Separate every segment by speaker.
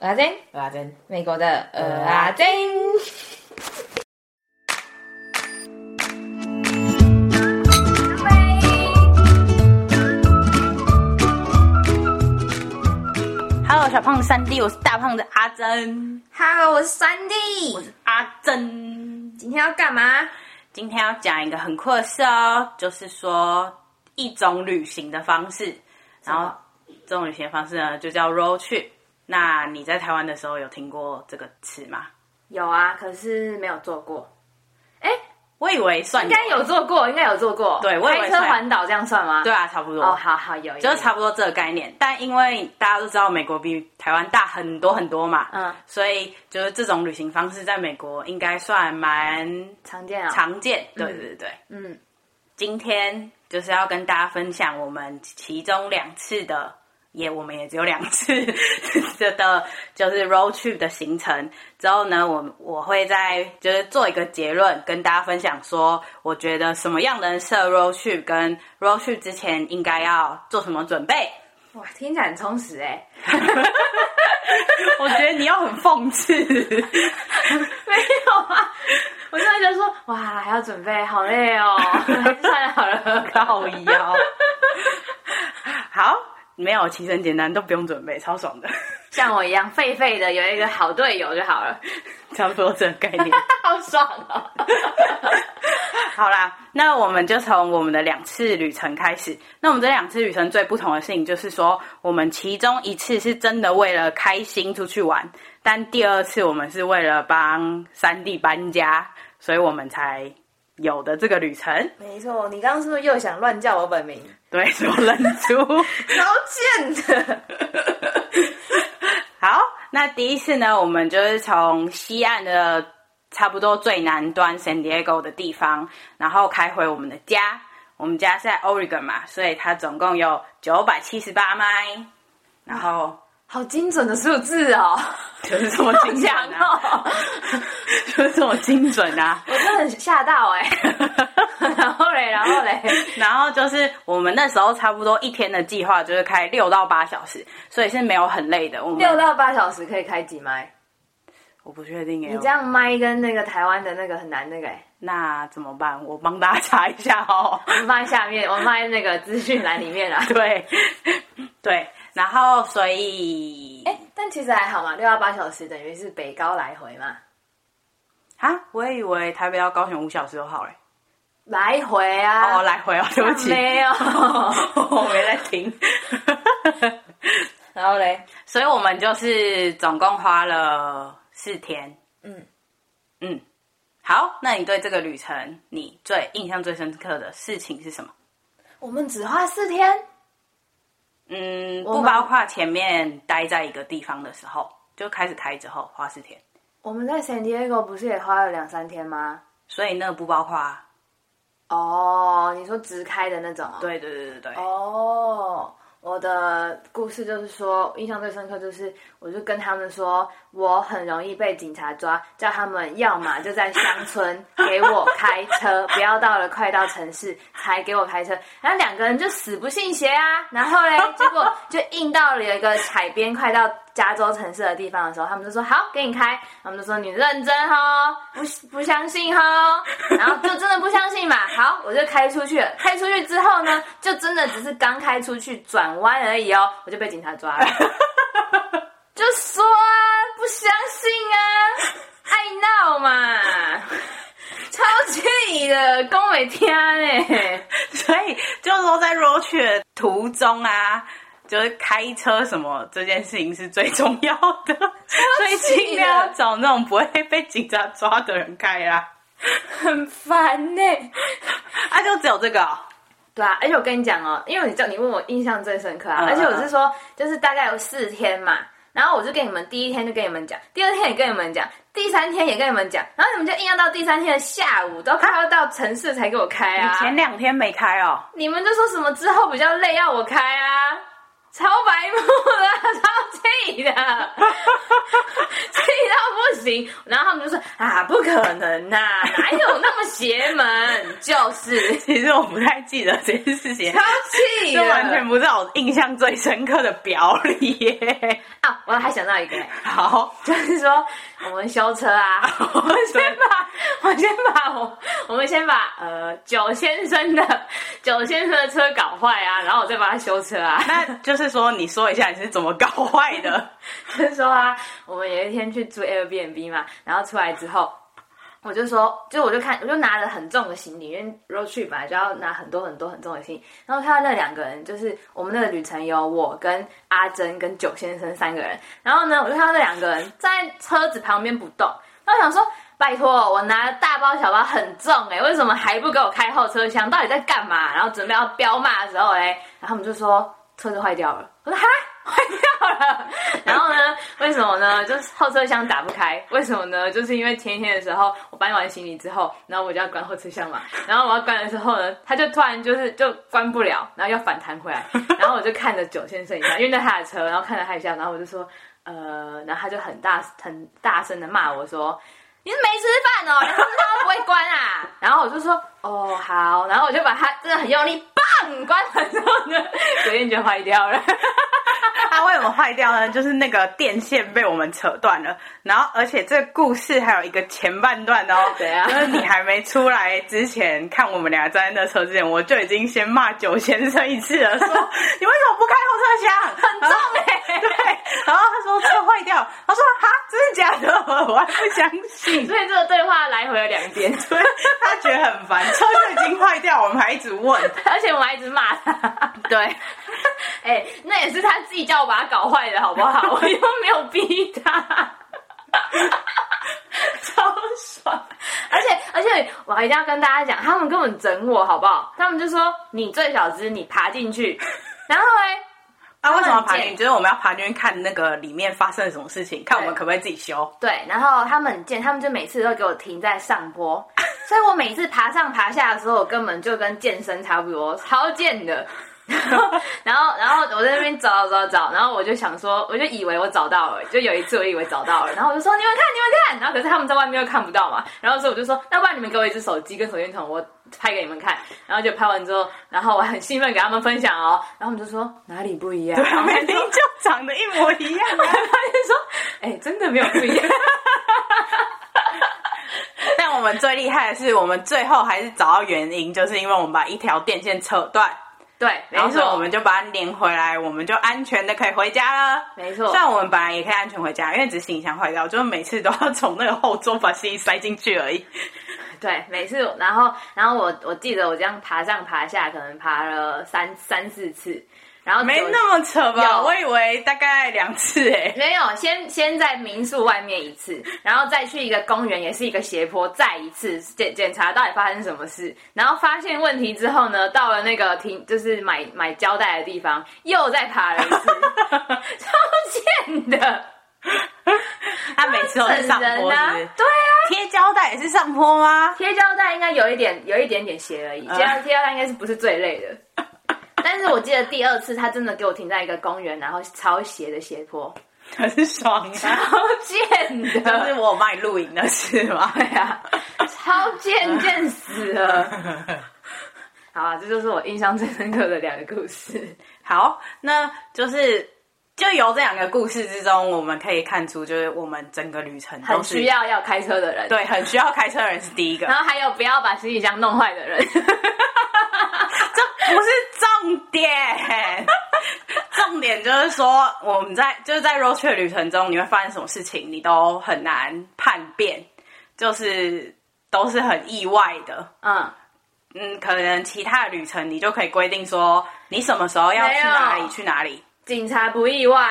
Speaker 1: 阿珍，
Speaker 2: 蚵仔煎。
Speaker 1: 美国的呃阿珍。
Speaker 2: Hello，小胖子三弟，我是大胖子阿珍，
Speaker 1: Hello，我是三弟
Speaker 2: 我，是阿珍。
Speaker 1: 今天要干嘛？
Speaker 2: 今天要讲一个很酷的事哦，就是说一种旅行的方式，然后这种旅行的方式呢就叫 road trip。那你在台湾的时候有听过这个词吗？
Speaker 1: 有啊，可是没有做过。哎、
Speaker 2: 我以为算
Speaker 1: 应该有做过，应该有做过。
Speaker 2: 对我以为
Speaker 1: 开车
Speaker 2: 算
Speaker 1: 环岛这样算吗？
Speaker 2: 对。啊，差不多。
Speaker 1: 哦，好好有，有
Speaker 2: 就是差不多这个概念，但因为大家都知道美国比台湾大很多很多嘛，
Speaker 1: 嗯
Speaker 2: 所以就是这种旅行方式在美国应该算蛮
Speaker 1: 常见啊。
Speaker 2: 常见。对对对对，
Speaker 1: 嗯，
Speaker 2: 今天就是要跟大家分享我们其中两次的，也我们也只有两次 的的，就是 road trip 的行程。之后呢，我我会在就是做一个结论，跟大家分享说，我觉得什么样的人适合 road trip，跟 road trip 之前应该要做什么准备。
Speaker 1: 哇，听起来很充实哎、
Speaker 2: 我觉得你要很讽刺，
Speaker 1: 没有啊，我突然觉得说，哇，还要准备，好累哦。算了好了，
Speaker 2: 靠腰。 好，没有，其实很简单，都不用准备，超爽的，
Speaker 1: 像我一样废废的，有一个好队友就好了，
Speaker 2: 差不多这个概念。
Speaker 1: 好爽哦。
Speaker 2: 好啦，那我们就从我们的两次旅程开始。那我们这两次旅程最不同的事情就是说，我们其中一次是真的为了开心出去玩，但第二次我们是为了帮三弟搬家，所以我们才有的这个旅程。
Speaker 3: 没错，你刚刚是不是又想乱叫我本名？
Speaker 2: 对，所以我认出。
Speaker 3: 超贱的！
Speaker 2: 好，那第一次呢，我们就是从西岸的差不多最南端 San Diego 的地方，然后开回我们的家。我们家是在 Oregon 嘛，所以它总共有九百七十八迈，然后
Speaker 1: 好精准的数字哦，
Speaker 2: 就是这么精 准
Speaker 1: 强
Speaker 2: 啊，
Speaker 1: 哦，
Speaker 2: 就是这么精准啊。
Speaker 1: 我真的很吓到哎、 然后嘞，然后嘞，
Speaker 2: 然后就是我们那时候差不多一天的计划就是开六到八小时，所以是没有很累的。我们
Speaker 1: 六到八小时可以开几麦？
Speaker 2: 我不确定耶，
Speaker 1: 你这样麦跟那个台湾的那个很难那个哎、
Speaker 2: 那怎么办？我帮大家查一下哦。
Speaker 1: 我们放在下面，我们放在那个资讯栏里面啊啦。
Speaker 2: 对对，然后所以
Speaker 1: 哎、但其实还好嘛，六到八小时等于是北高来回嘛，
Speaker 2: 啊，我以为台北到高雄五小时就好嘞。
Speaker 1: 来回啊，
Speaker 2: 哦，来回哦，对不起，
Speaker 1: 没有
Speaker 2: 我没在听。
Speaker 3: 然后嘞，
Speaker 2: 所以我们就是总共花了四天。
Speaker 3: 嗯
Speaker 2: 嗯，好，那你对这个旅程，你最印象最深刻的事情是什么？
Speaker 1: 我们只花四天，
Speaker 2: 嗯，
Speaker 1: 我
Speaker 2: 不
Speaker 1: 们
Speaker 2: 包括前面待在一个地方的时候，就开始开之后花四天，
Speaker 1: 我们在 San Diego 不是也花了两三天吗？
Speaker 2: 所以那个不包括啊。
Speaker 1: 哦，你说直开的那种、哦？。
Speaker 2: 对对对对对，
Speaker 1: 哦，我的故事就是说，印象最深刻就是，我就跟他们说，我很容易被警察抓，叫他们要么就在乡村给我开车，不要到了快到城市才给我开车。然后两个人就死不信邪啊，然后嘞，结果就硬到了有一个海边快到。加州城市的地方的时候，他们就说好给你开，他们就说你认真哦，不不相信哦，然后就真的不相信嘛。好，我就开出去了，开出去之后呢，就真的只是刚开出去转弯而已哦，我就被警察抓 了。就说啊，不相信啊，爱闹嘛，超气的，公没听呢。
Speaker 2: 所以就是说，在 road trip 的途中啊，就是开车什么这件事情是最重要的，所以尽量要找那种不会被警察抓的人开啦。
Speaker 1: 很烦呢、
Speaker 2: 啊，就只有这个、哦，
Speaker 1: 对啊，而且我跟你讲哦，因为你知道你问我印象最深刻啊，
Speaker 2: 嗯
Speaker 1: 而且我是说，就是大概有四天嘛，然后我就跟你们第一天就跟你们讲，第二天也跟你们讲，第三天也跟你们讲，然后你们就硬要到第三天的下午，都快要到城市才给我开
Speaker 2: 你
Speaker 1: 啊，
Speaker 2: 前两天没开哦，
Speaker 1: 你们就说什么之后比较累要我开啊， 超白目的，超气的，气到不行。然后他们就说啊，不可能呐、哪有那么邪门？ 就是
Speaker 2: 其实我不太记得这件事情，
Speaker 3: 超气
Speaker 2: 这
Speaker 3: 的，
Speaker 2: 完全不是我印象最深刻的表里耶。
Speaker 1: 啊， 我还想到一个、欸，
Speaker 2: 好，
Speaker 1: 就是说我们修车啊，我们先把，我先把我，我们先把呃九先生的九先生的车搞坏啊，然后我再帮他修车啊。
Speaker 2: 那就是说，你说一下你是怎么搞坏的？
Speaker 1: 就是说啊，我们有一天去住 Airbnb 嘛，然后出来之后，我就说，就我就看，我就拿着很重的行李，因为 road trip 本来就要拿很多很多很重的行李，然后看到那两个人，就是我们那个旅程有我跟阿珍跟九先生三个人，然后呢，我就看到那两个人站在车子旁边不动，然后想说。拜托，我拿大包小包很重哎、为什么还不给我开后车厢？到底在干嘛？然后准备要飙骂的时候哎、然后他们就说车子坏掉了。我说哈，坏掉了。 然后呢，为什么呢？就是后车厢打不开。为什么呢？就是因为前一天的时候，我搬完行李之后，然后我就要关后车厢嘛。然后我要关的时候呢，他就突然就是就关不了，然后要反弹回来。然后我就看着九先生一下，因为那他的车，然后看了他一下，然后我就说，呃，然后他就很大很大声的骂我说。你是没吃饭哦，你是不知道它不会关啊？然后我就说哦好，然后我就把它真的很用力，棒关 完之后呢，酒店就坏掉了。
Speaker 2: 它为什么坏掉呢？就是那个电线被我们扯断了，然后而且这故事还有一个前半段哦，
Speaker 1: 怎样
Speaker 2: 就是你还没出来之前，看我们俩站在那车之前，我就已经先骂九先生一次了，说你为什么不开后车厢？很
Speaker 1: 重欸
Speaker 2: 对，然后他说车坏掉，他说哈，真的假的？我还不相信。
Speaker 1: 所以这个对话来回了两遍，
Speaker 2: 对，他觉得很烦，车就已经坏掉，我们还一直问。
Speaker 1: 而且我还一直骂他。
Speaker 2: 对，
Speaker 1: 哎、那也是他自己叫我把他搞坏的，好不好？ 我又没有逼他， 超爽。而且而且，我还一定要跟大家讲，他们根本整我，好不好？他们就说你最小只，你爬进去，然后哎、
Speaker 2: 那、啊为什么要爬
Speaker 1: 他很
Speaker 2: 进
Speaker 1: 贱
Speaker 2: 去？就是我们要爬进去看那个里面发生了什么事情，看我们可不可以自己修。
Speaker 1: 对，然后他们很贱，他们就每次都给我停在上 坡，所以我每次爬上爬下的时候，我根本就跟健身差不多，超贱的。 然后，然后，然后我在那边找找找找，然后我就想说，我就以为我找到了，就有一次我以为找到了，然后我就说你们看，你们看，然后可是他们在外面又看不到嘛，然后所以我就说，那不然你们给我一只手机跟手电筒，我拍给你们看，然后就拍完之后，然后我很兴奋给他们分享哦，然后他们就说哪里不一样，然后
Speaker 2: 明明就长得一模一样、啊，
Speaker 1: 哎、真的没有不一样。
Speaker 2: 但我们最厉害的是，我们最后还是找到原因，就是因为我们把一条电线扯断，
Speaker 1: 对，
Speaker 2: 然后
Speaker 1: 没
Speaker 2: 所以
Speaker 1: 错，
Speaker 2: 我们就把它连回来，我们就安全的可以回家了。
Speaker 1: 没错
Speaker 2: 虽，然我们本来也可以安全回家，因为只是行李箱坏掉，就是每次都要从那个后座把行李塞进去而已。
Speaker 1: 对，每次我然后然后我我记得我这样爬上爬下，可能爬了三三四次，然后
Speaker 2: 没
Speaker 1: 有
Speaker 2: 那么扯吧？
Speaker 1: 有
Speaker 2: 我以为大概两次哎、
Speaker 1: 没有，先先在民宿外面一次，然后再去一个公园，也是一个斜坡，再一次检检查到底发生什么事，然后发现问题之后呢，到了那个停就是买买胶带的地方，又再爬了一 次，超贱的，
Speaker 2: 他每次都是上
Speaker 1: 整人
Speaker 2: 坡是
Speaker 1: 啊，
Speaker 2: 不
Speaker 1: 对
Speaker 2: 是
Speaker 1: 啊。
Speaker 2: 贴胶带也是上坡吗？
Speaker 1: 贴胶带应该有一点有一点点斜而已，贴胶贴胶带应该是不是最累的。 但是我记得第二次他真的给我停在一个公园，然后超斜的斜坡，
Speaker 2: 很爽啊！
Speaker 1: 超贱
Speaker 2: 就是
Speaker 1: 的，
Speaker 2: 我有帮你录影的是吗？
Speaker 1: 对啊，超贱贱死 了。好啊，这就是我印象最深刻的两个故事。
Speaker 2: 好，那就是就由这两个故事之中，我们可以看出，就是我们整个旅程都
Speaker 1: 很
Speaker 2: 是
Speaker 1: 需要要开车的人，，
Speaker 2: 对很需要开车的人是第一个，
Speaker 1: 然后还有不要把行李箱弄坏的人，
Speaker 2: 这不是重点。重点就是说，我们在就是在 road trip 旅程中，你会发现什么事情，你都很难叛变，就是都是很意外的。
Speaker 1: 嗯，
Speaker 2: 嗯，可能其他的旅程你就可以规定说，你什么时候要
Speaker 1: 没
Speaker 2: 去
Speaker 1: 有
Speaker 2: 哪里去哪里，
Speaker 1: 警察不意外，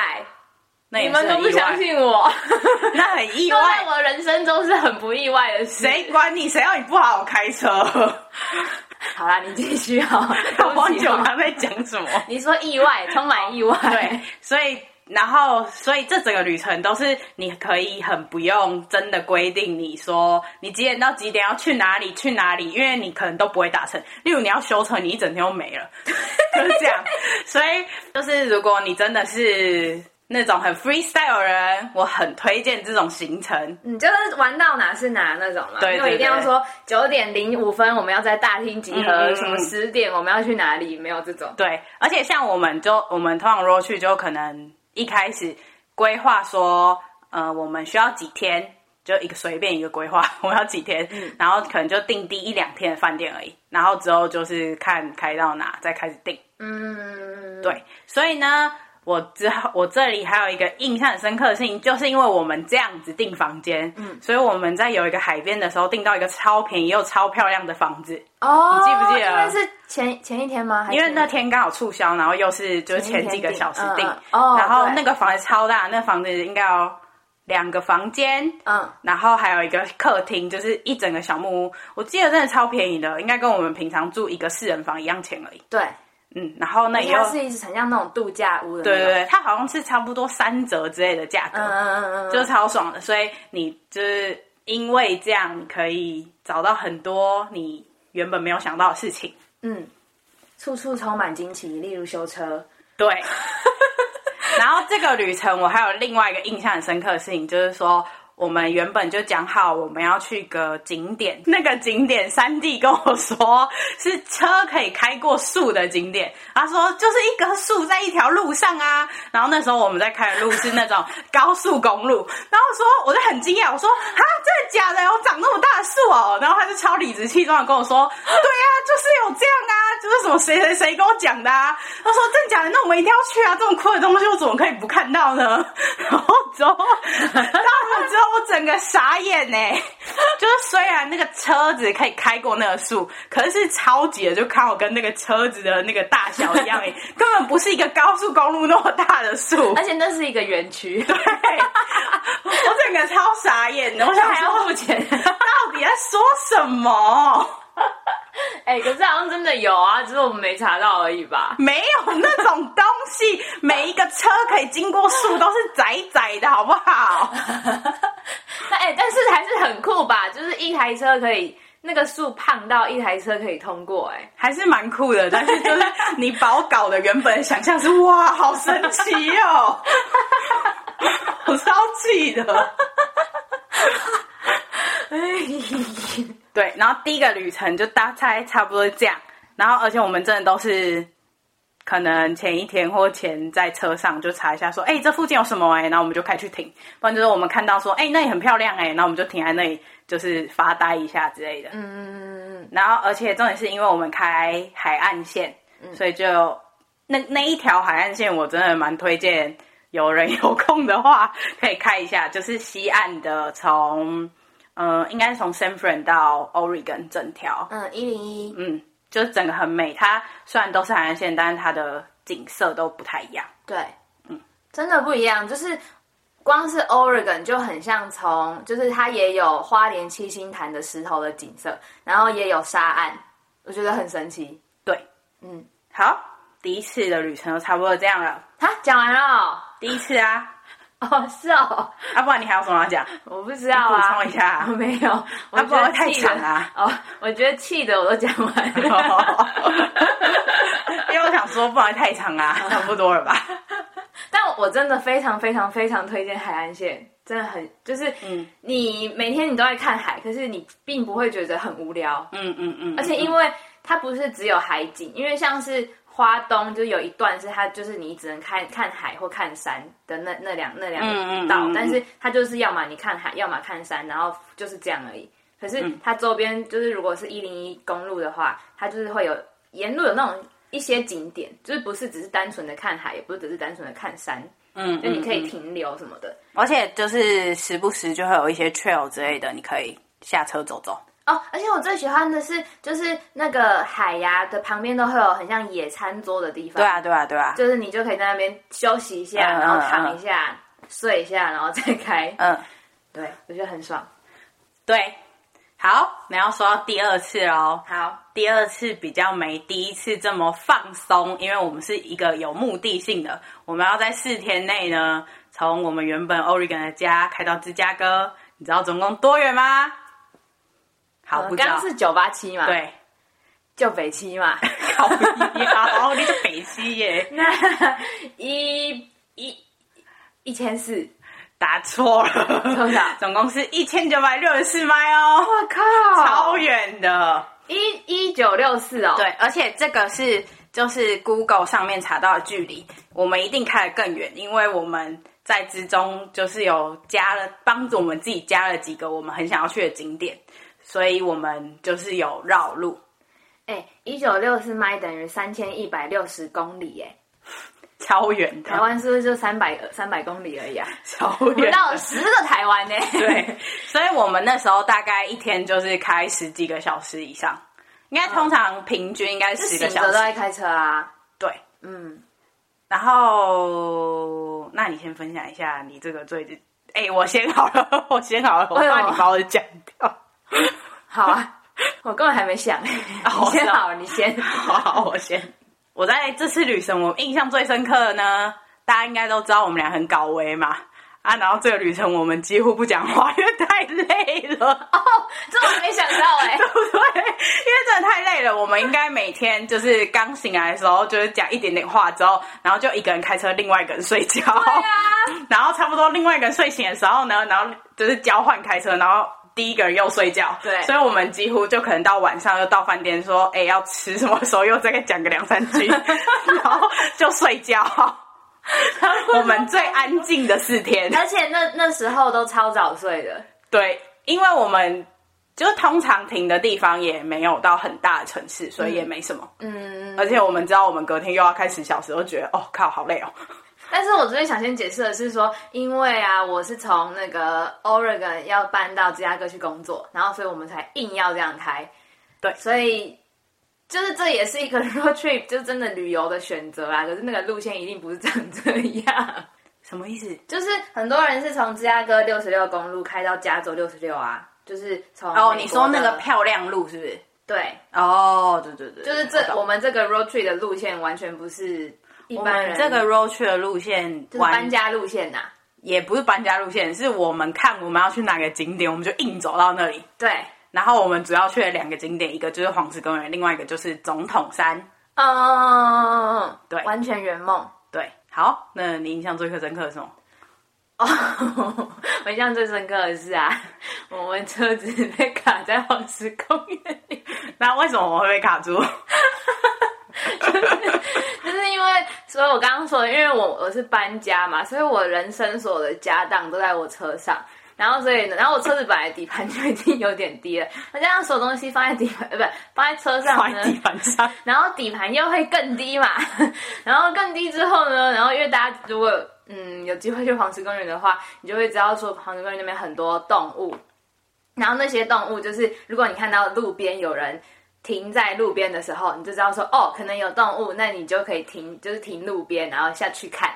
Speaker 2: 那
Speaker 1: 你
Speaker 2: 也是
Speaker 1: 们都
Speaker 2: 很
Speaker 1: 不
Speaker 2: 意
Speaker 1: 相
Speaker 2: 外，
Speaker 1: 信 我，
Speaker 2: 那很意
Speaker 1: 都在
Speaker 2: 外。
Speaker 1: 我人生中是很不意外的事。
Speaker 2: 谁管你？谁要你不好好开车？
Speaker 1: 好啦，你继续 好， 对
Speaker 2: 我
Speaker 1: 不
Speaker 2: 忘
Speaker 1: 起
Speaker 2: 记我
Speaker 1: 哦
Speaker 2: 刚才在讲什么。
Speaker 1: 你说意 外，充满意外，
Speaker 2: 对，所以然后所以这整个旅程都是你可以很不用真的规定你说你几点到几点要去哪里去哪里，因为你可能都不会达成。例如你要修车，你 一整天都没了，就是这样。所以就是如果你真的是。那种很 freestyle 的人，我很推荐这种行程。
Speaker 1: 你就是玩到哪是哪那种嘛，
Speaker 2: 对对
Speaker 1: 没有一定要
Speaker 2: 对
Speaker 1: 说九点零五分我们要在大厅集合，
Speaker 2: 嗯嗯嗯
Speaker 1: 什么十点我们要去哪里，没有这种。
Speaker 2: 对，而且像我们就我们通常 road 去就可能一开始规划说，呃，我们需要几天，就一个随便一个规划， 我们要几天，然后可能就定第一两天的饭店而已，然后之后就是看开到哪再开始定。
Speaker 1: 嗯，
Speaker 2: 对，所以呢，我之后我这里还有一个印象很深刻的事情，就是因为我们这样子订房间，嗯，所以我们在有一个海边的时候订到一个超便宜又超漂亮的房子，
Speaker 1: 哦，
Speaker 2: 你记不记得
Speaker 1: 因为是前前一天吗？还是
Speaker 2: 因为那天刚好促销，然后又是就是前几个小时订，
Speaker 1: 嗯嗯哦
Speaker 2: 然后
Speaker 1: 对
Speaker 2: 那个房子超大，那房子应该有两个房间，
Speaker 1: 嗯，
Speaker 2: 然后还有一个客厅，就是一整个小木屋。我记得真的超便宜的，应该跟我们平常住一个四人房一样钱而已。
Speaker 1: 对，
Speaker 2: 嗯，然后那也有
Speaker 1: 哦它是一直很像那种度假屋的那
Speaker 2: 对
Speaker 1: 种，
Speaker 2: 对对，它好像是差不多三折之类的价格，
Speaker 1: 嗯嗯嗯嗯，
Speaker 2: 就超爽的。所以你就是因为这样，你可以找到很多你原本没有想到的事情。
Speaker 1: 嗯，处处充满惊奇，例如修车，
Speaker 2: 对。 然后这个旅程我还有另外一个印象很深刻的事情，就是说我们原本就讲好我们要去一个景点， 那个景点三弟跟我说是车可以开过树的景点，他说就是一棵树在一条路上啊。然后那时候我们在开的路是那种高速公路，然后说我就很惊讶，我说啊真的假的？有长那么大的树哦？然后他就超理直气壮的跟我说，对啊，就是有这样啊，就是什么谁谁谁跟我讲的啊。他说真假的，那我们一定要去啊！这么酷的东西，我怎么可以不看到呢？ 然后之后到了之后，我整个傻眼呢、就是虽然那个车子可以开过那个树，可是是超级的，就刚好跟那个车子的那个大小一样、欸， 根本不是一个高速公路那么大的 树。
Speaker 1: 而且那是一个园区，
Speaker 2: 对，我整个超傻眼的，我想
Speaker 1: 还
Speaker 2: 说
Speaker 1: 要付钱。
Speaker 2: 到底在说什么？
Speaker 1: 哎、可是好像真的有啊，只是我们没查到而已吧。
Speaker 2: 没有那种东西，每一个车可以经过树都是窄窄的，好不 好？
Speaker 1: 那哎、但是还是很酷吧，就是一台车可以那个树胖到一台车可以通过、哎，
Speaker 2: 还是蛮酷的，但是就是你把我搞的原本想象是哇，好神奇 哦，我超气的。对，然后第一个旅程就大概差不多这样，然后而且我们真的都是可能前一天或前在车上就查一下说，哎、这附近有什么哎、然后我们就开去停，不然就是我们看到说，哎、那里很漂亮哎、然后我们就停在那里就是发呆一下之类的，
Speaker 1: 嗯，
Speaker 2: 然后，而且重点是因为我们开海岸线，所以就那那一条海岸线，我真的蛮推荐有人有空的话可以开一下，就是西岸的从呃，应该是从 San Fran 到 Oregon 整条，
Speaker 1: 嗯，一零一，
Speaker 2: 嗯，就是整个很美。它虽然都是海岸线，但是它的景色都不太一样。
Speaker 1: 对，真的不一样，就是光是 Oregon 就很像从，就是它也有花莲七星潭的石头的景色，然后也有沙岸，我觉得很神奇。
Speaker 2: 对，
Speaker 1: 嗯，
Speaker 2: 好，第一次的旅程就差不多这样了。
Speaker 1: 哈，讲完了
Speaker 2: 第一次啊，
Speaker 1: 哦，哦，是哦，
Speaker 2: 啊，不然你还有什么要讲？
Speaker 1: 我不知道
Speaker 2: 补
Speaker 1: 啊，
Speaker 2: 充一下啊
Speaker 1: 我没 有，我
Speaker 2: 啊，不
Speaker 1: 觉得
Speaker 2: 然太
Speaker 1: 气的
Speaker 2: 长啊。
Speaker 1: 哦，我觉得气的我都讲完
Speaker 2: 哦
Speaker 1: 了，
Speaker 2: 因为我想说，不然太长 啦，差不多了吧？
Speaker 1: 但我真的非常非常非常推荐海岸线，真的很就是，
Speaker 2: 嗯
Speaker 1: 你每天你都在看海，可是你并不会觉得很无聊，
Speaker 2: 嗯嗯嗯。
Speaker 1: 而且因为它不是只有海景，因为像是花东就有一段是它就是你只能看看海或看山的那那两那两
Speaker 2: 嗯嗯嗯
Speaker 1: 个道，
Speaker 2: 嗯
Speaker 1: 但是它就是要么你看海，要么看山，然后就是这样而已。可是
Speaker 2: 嗯
Speaker 1: 它周边就是如果是一零一公路的话，它就是会有沿路有那种一些景点，就是不是只是单纯的看海，也不是只是单纯的看山，
Speaker 2: 嗯，
Speaker 1: 就你可以
Speaker 2: 嗯，嗯
Speaker 1: 停留什么的。
Speaker 2: 而且就是时不时就会有一些 trail 之类的，你可以下车走走。
Speaker 1: 哦，而且我最喜欢的是，就是那个海呀、的旁边都会有很像野餐桌的地方。
Speaker 2: 对啊，对啊，对啊。
Speaker 1: 就是你就可以在那边休息一下，
Speaker 2: 嗯
Speaker 1: 然后躺一下、睡一下，然后再开。
Speaker 2: 嗯，
Speaker 1: 对，我觉得很爽。
Speaker 2: 对。好，你要说到第二次哦。
Speaker 1: 好，
Speaker 2: 第二次比较没第一次这么放松，因为我们是一个有目的性的，我们要在四天内呢，从我们原本 Oregon 的家开到芝加哥，你知道总共多远吗？好，
Speaker 1: 呃
Speaker 2: 不知
Speaker 1: 刚
Speaker 2: 道
Speaker 1: 刚，是九八七嘛，，
Speaker 2: 对，
Speaker 1: 就北七嘛，
Speaker 2: 靠 腰，你是北西耶，
Speaker 1: 那一一一千四，
Speaker 2: 答错
Speaker 1: 多少
Speaker 2: 了，总共是一千九百六十四迈哦，
Speaker 1: 我靠，
Speaker 2: 超远的。
Speaker 1: 一一九六四哦，
Speaker 2: 对，，而且这个是就是 Google 上面查到的距离，我们一定开得更远，因为我们在之中就是有加了帮助我们自己加了几个我们很想要去的景点，所以我们就是有绕路，
Speaker 1: 哎，一九六四迈等于三千一百六十公里，哎，
Speaker 2: 超远
Speaker 1: 台
Speaker 2: 的，
Speaker 1: 湾是不是就三百三百公里而已啊？
Speaker 2: 超
Speaker 1: 我们
Speaker 2: 嗯远
Speaker 1: 到
Speaker 2: 的
Speaker 1: 了。十个台湾呢，
Speaker 2: 对，所以我们那时候大概一天就是开十几个小时以上，应该通常平均应该
Speaker 1: 就
Speaker 2: 十个
Speaker 1: 醒
Speaker 2: 小
Speaker 1: 着都
Speaker 2: 时。
Speaker 1: 在开车啊，
Speaker 2: 对，
Speaker 1: 嗯，
Speaker 2: 然后那你先分享一下你这个最近，哎、我先好了， 我先好了，我
Speaker 1: 哎呦
Speaker 2: 怕你把我讲 掉。
Speaker 1: 好啊， 我根本还没想，你先 好了，你先，
Speaker 2: 好好，我先。我在这次旅程，我印象最深刻的呢，大家应该都知道我们俩很搞威嘛。啊，然后这个旅程我们几乎不讲话，因为太累了。
Speaker 1: 哦，这我没想到 哎、
Speaker 2: 对，因为真的太累了。我们应该每天就是刚醒来的时候，就是讲一点点话之后，然后就一个人开车，另外一个人睡觉。
Speaker 1: 对啊。
Speaker 2: 然后差不多另外一个人睡醒的时候呢，然后就是交换开车，然后第一个人又睡觉。
Speaker 1: 对
Speaker 2: 所以我们几乎就可能到晚上又到饭店说，哎、要吃什么时候又再讲个两三句， 然后就睡 觉。我们最安静的四天。
Speaker 1: 而且那那时候都超早睡的，
Speaker 2: 对，因为我们就通常停的地方也没有到很大的城市，所以也没什么。
Speaker 1: 嗯。
Speaker 2: 而且我们知道我们隔天又要开十小时，就觉得哦靠，好累哦。
Speaker 1: 但是我这边想先解释的是说，因为啊，我是从那个 Oregon 要搬到芝加哥去工作，然后所以我们才硬要这样开。
Speaker 2: 对
Speaker 1: 所以就是这也是一个 road trip，就真的旅游的选择啦。可是那个路线一定不是长这样，
Speaker 2: 什么意思？
Speaker 1: 就是很多人是从芝加哥六十六公路开到加州六十六啊，就是从
Speaker 2: 哦，
Speaker 1: 美
Speaker 2: 你
Speaker 1: 国
Speaker 2: 说那
Speaker 1: 的
Speaker 2: 个漂亮路是不是？
Speaker 1: 对，
Speaker 2: 哦，对对对，
Speaker 1: 就是
Speaker 2: 懂
Speaker 1: 这我们这个 road trip 的路线完全不是一
Speaker 2: 我
Speaker 1: 般
Speaker 2: 们
Speaker 1: 人
Speaker 2: 这个 road trip 的路线
Speaker 1: 就是
Speaker 2: 完
Speaker 1: 搬家路线呐、
Speaker 2: 也不是搬家路线，是我们看我们要去哪个景点，我们就硬走到那里。
Speaker 1: 对，
Speaker 2: 然后我们主要去了两个景点，一个就是黄石公园，另外一个就是总统山。
Speaker 1: 嗯，
Speaker 2: 对
Speaker 1: 完全圆梦。
Speaker 2: 对，好，那你印象最深刻是什么？
Speaker 1: 哦， 我印象最深刻的是啊，我们车子被卡在黄石公园里，
Speaker 2: 那为什么我会被卡住？
Speaker 1: 就是因为，所以我刚刚说的，因为我我是搬家嘛，所以我人生所有的家当都在我车上。然后，所以呢，然后我车子本来底盘就已经有点低了，再加上所有东西放在底盘，呃，不，放在车上
Speaker 2: 放
Speaker 1: 呢
Speaker 2: 在，地板上。
Speaker 1: 然后底盘又会更低嘛，然后更低之后呢，然后因为大家如果嗯有机会去黄石公园的话，你就会知道说黄石公园那边很多动物，然后那些动物就是如果你看到路边有人。停在路边的时候，你就知道说哦，可能有动物，那你就可以停，就是停路边，然后下去看，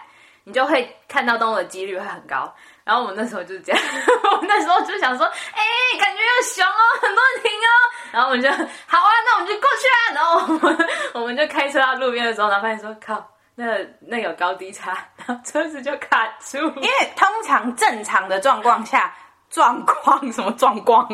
Speaker 1: 你就会看到动物的几率会很高。然后我们那时候就是这样， 我那时候就想说，哎、感觉有熊哦，很多人停哦，然后我们就好啊，那我们就过去啊，然后我们我们就开车到路边的时候，然后发现说靠，那那有高低差，然后车子就卡住，
Speaker 2: 因为通常正常的状况下，状况什么状况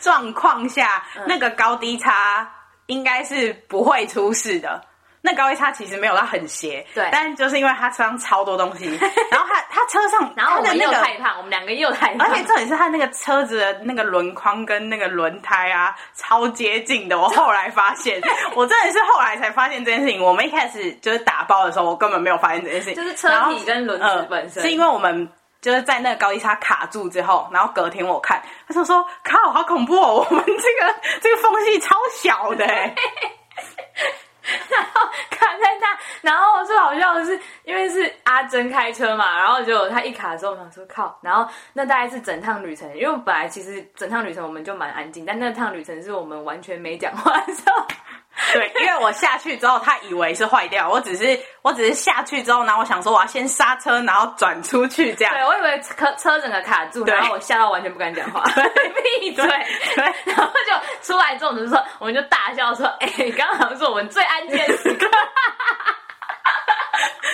Speaker 2: 状况下，
Speaker 1: 嗯
Speaker 2: 那个高低差应该是不会出事的。那高低差其实没有到很斜，
Speaker 1: 对
Speaker 2: 但就是因为他车上超多 东西，然后他他车上，
Speaker 1: 然后我
Speaker 2: 他的
Speaker 1: 们
Speaker 2: 那
Speaker 1: 又
Speaker 2: 个，
Speaker 1: 太胖，我们两个又太胖，
Speaker 2: 而且重点是他那个车子的那个轮框跟那个轮胎啊，超接 近的。我后来发现，我真的是后来才发现这件事情。我们一开始就是打包的时候，我根本没有发现这件事情，
Speaker 1: 就是车
Speaker 2: 然后
Speaker 1: 体跟轮
Speaker 2: 呃
Speaker 1: 子本身，
Speaker 2: 是因为我们就是在那个高低差卡住之后，然后隔天我看，他就说：“靠，好恐怖哦！我们这个 这个缝隙超小的、 欸，
Speaker 1: 然后卡在那，然后最好笑的是，因为是阿珍开车嘛，然后结果他一卡的时候，我想说靠，然后那大概是整趟旅程，因为我本来其实整趟旅程我们就蛮安静，但那趟旅程是我们完全没讲话的时候，
Speaker 2: 对，因为我下去之后，他以为是坏掉，我只是我只是下去之后，然后我想说我要先刹车，然后转出去这样
Speaker 1: 对。我以为车车整个卡住，
Speaker 2: 对
Speaker 1: 然后我吓到完全不敢讲 话，闭嘴。
Speaker 2: 对，
Speaker 1: 然后就出来之后，我们就说，我们就大笑说：“哎、刚好是我们最安静的时刻。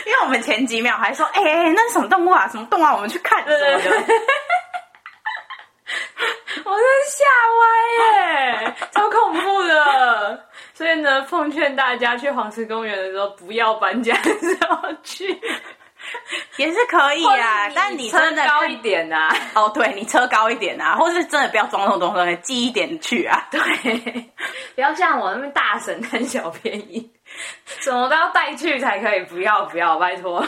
Speaker 2: 因为我们前几秒还说，哎、欸，那是什么动物啊？什么动物啊？我们去看什
Speaker 1: 对对
Speaker 2: 么
Speaker 1: 对
Speaker 2: 的。”
Speaker 1: 我真的吓歪耶，超恐怖的。所以呢，奉劝大家去黄石公园的时候，不要搬家的时候去。
Speaker 2: 也是可以
Speaker 1: 呀，
Speaker 2: 啊，但你真的
Speaker 1: 高
Speaker 2: 看
Speaker 1: 一点啊 呐、
Speaker 2: 哦，对你车高一点啊，或是真的不要装那么多东西，记一点去啊。 对，
Speaker 1: 不要像我那边大神贪小便 宜，什么都要带去才可以，不要不要，拜托。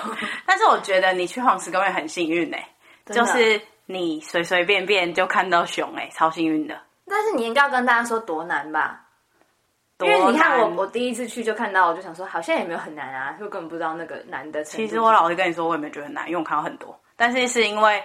Speaker 2: 但是我觉得你去黄石公园很幸运呢、欸就
Speaker 1: 的
Speaker 2: 是你随随便便就看到熊哎、超幸运的。
Speaker 1: 但是你应该要跟大家说多难吧？
Speaker 2: 因
Speaker 1: 因为你看我，我第一次去就看到，我就想说好像也没有很难啊，就根本不知道那个难的程度。
Speaker 2: 其实我老实跟你说，我也没觉得很难，因为我看到很多，但是是因为。